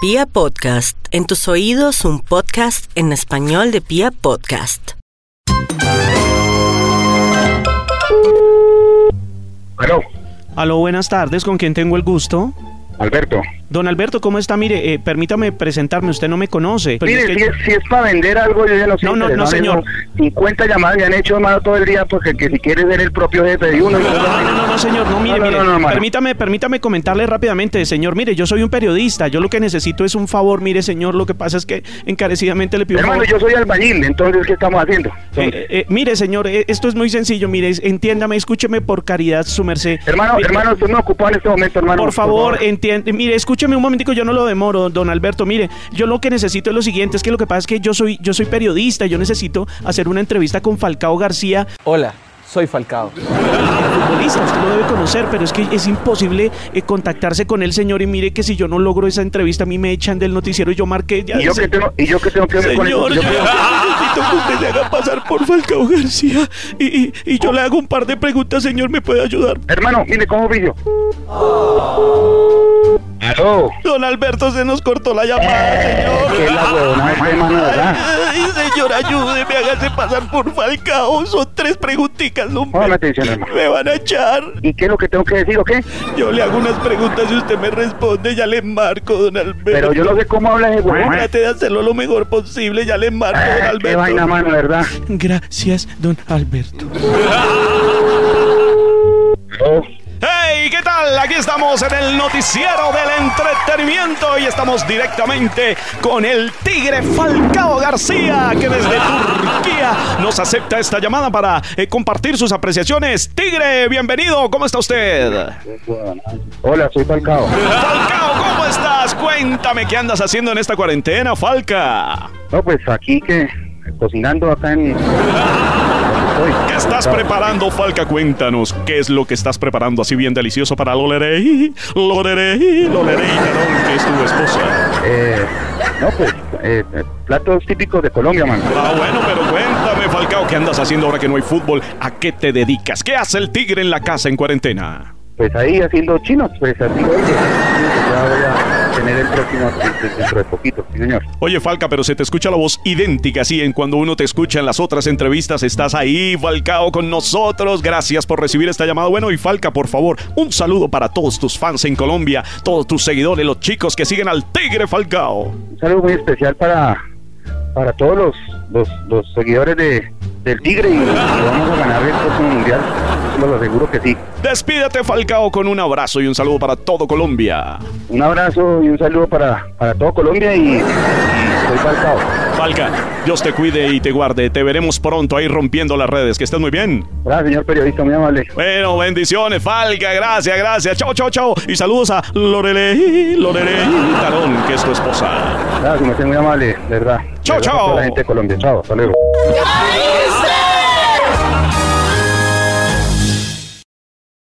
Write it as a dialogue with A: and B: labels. A: Pia Podcast, en tus oídos un podcast en español de Pia Podcast.
B: Aló,
C: Aló, buenas tardes, ¿con quién tengo el gusto?
B: Alberto.
C: Don Alberto, ¿cómo está? Mire, eh, permítame presentarme, usted no me conoce. pero
B: Mire,
C: es que
B: si,
C: yo-
B: es, si es para vender algo, yo ya no sé.
C: No, no, no, señor.
B: 50 llamadas me han hecho, hermano, todo el día, porque que si quieres ser el propio jefe de uno. y
C: No,
B: todo.
C: no, no, no, no, señor, no, mire,
B: No, no,
C: mire,
B: no, no, hermano.
C: permítame, permítame comentarle rápidamente, señor, mire, yo soy un periodista, yo lo que necesito es un favor, mire, señor, lo que pasa es que encarecidamente le pido un
B: Hermano,
C: favor.
B: yo soy albañil, entonces, ¿qué estamos haciendo?
C: Eh, eh, mire, señor, eh, esto es muy sencillo, mire, es- entiéndame, escúcheme por caridad, su merced.
B: hermano,
C: Mire,
B: hermano, estoy muy ocupado en este momento, hermano.
C: Por favor, entiende. Mire, escúcheme un momentico, yo no lo demoro, don Alberto. Mire, yo lo que necesito es lo siguiente, es que lo que pasa es que yo soy, yo soy periodista, yo necesito hacer una entrevista con Falcao García,
D: Hola, soy Falcao.
C: futbolista, usted lo debe conocer, pero es que es imposible eh, contactarse con el señor y mire que si yo no logro esa entrevista, a mí me echan del noticiero y yo marqué ya.
B: ¿Y yo,
C: se-
B: qué tengo, ¿Y yo qué tengo que ver con eso?
C: Señor, yo,
B: Yo-
C: necesito que usted se haga pasar por Falcao García y, y- y yo le hago un par de preguntas, señor, ¿me puede ayudar?
B: Hermano, mire, ¿cómo brillo? Aló.
C: Don Alberto se nos cortó la llamada, señor.
B: ¿Qué es la huevona, hermano, de verdad?
C: Ay, señor, ayúdeme, hágase pasar por Falcao. Son tres preguntitas, no me,
B: Póngame atención, hermano.
C: me van a echar.
B: ¿Y qué es lo que tengo que decir o qué?
C: Yo le hago unas preguntas y usted me responde, ya le marco, don Alberto.
B: Pero yo no sé cómo habla ese huevón.
C: Trate de hacerlo lo mejor posible, ya le marco, don
B: Ah, Qué
C: Alberto.
B: vaina, mano, de verdad.
C: Gracias, don Alberto.
B: Aló.
C: ¡Hey! ¿Qué tal? Aquí estamos en el noticiero del entretenimiento y estamos directamente con el tigre Falcao García, que desde Turquía nos acepta esta llamada para eh, compartir sus apreciaciones. Tigre, bienvenido, ¿cómo está usted?
B: Hola, soy Falcao.
C: Falcao, ¿cómo estás? Cuéntame qué andas haciendo en esta cuarentena, Falca.
B: No, pues aquí que cocinando acá en.
C: ¿Qué estás preparando, Falca? Cuéntanos, ¿qué es lo que estás preparando así bien delicioso para Lorerey? Lorerey, Lorerey, Carol, que es tu esposa.
B: Eh, no, pues eh, eh, platos típicos de Colombia, man.
C: Ah, bueno, pero cuéntame, Falcao, ¿qué andas haciendo ahora que no hay fútbol? ¿A qué te dedicas? ¿Qué hace el tigre en la casa en cuarentena?
B: Pues ahí haciendo chinos, pues así. oye, Ya voy a tener el próximo pues, dentro de poquito, sí, señor.
C: Oye, Falca, pero se te escucha la voz idéntica, así en cuando uno te escucha en las otras entrevistas, estás ahí, Falcao, con nosotros. Gracias por recibir esta llamada. Bueno, y Falca, por favor, un saludo para todos tus fans en Colombia, todos tus seguidores, los chicos que siguen al tigre Falcao.
B: Un saludo muy especial para, para todos los, los, los seguidores de, del Tigre y, y vamos a ganar el próximo mundial. Lo lo aseguro que sí.
C: Despídete, Falcao, con un abrazo y un saludo para todo Colombia.
B: Un abrazo y un saludo para, para todo Colombia y, y soy Falcao.
C: Falca, Dios te cuide y te guarde. Te veremos pronto ahí rompiendo las redes. Que estés muy bien.
B: Gracias, señor periodista, muy amable.
C: Bueno, bendiciones, Falca, gracias, gracias. Chao, chao, chao. Y saludos a Lorelei, Lorelei Tarón, que es tu esposa.
B: Gracias, me muy amable, de verdad.
C: Chao,
B: De verdad,
C: chao.
B: a toda La gente de Colombia, chao, hasta luego.
E: ¡Ay,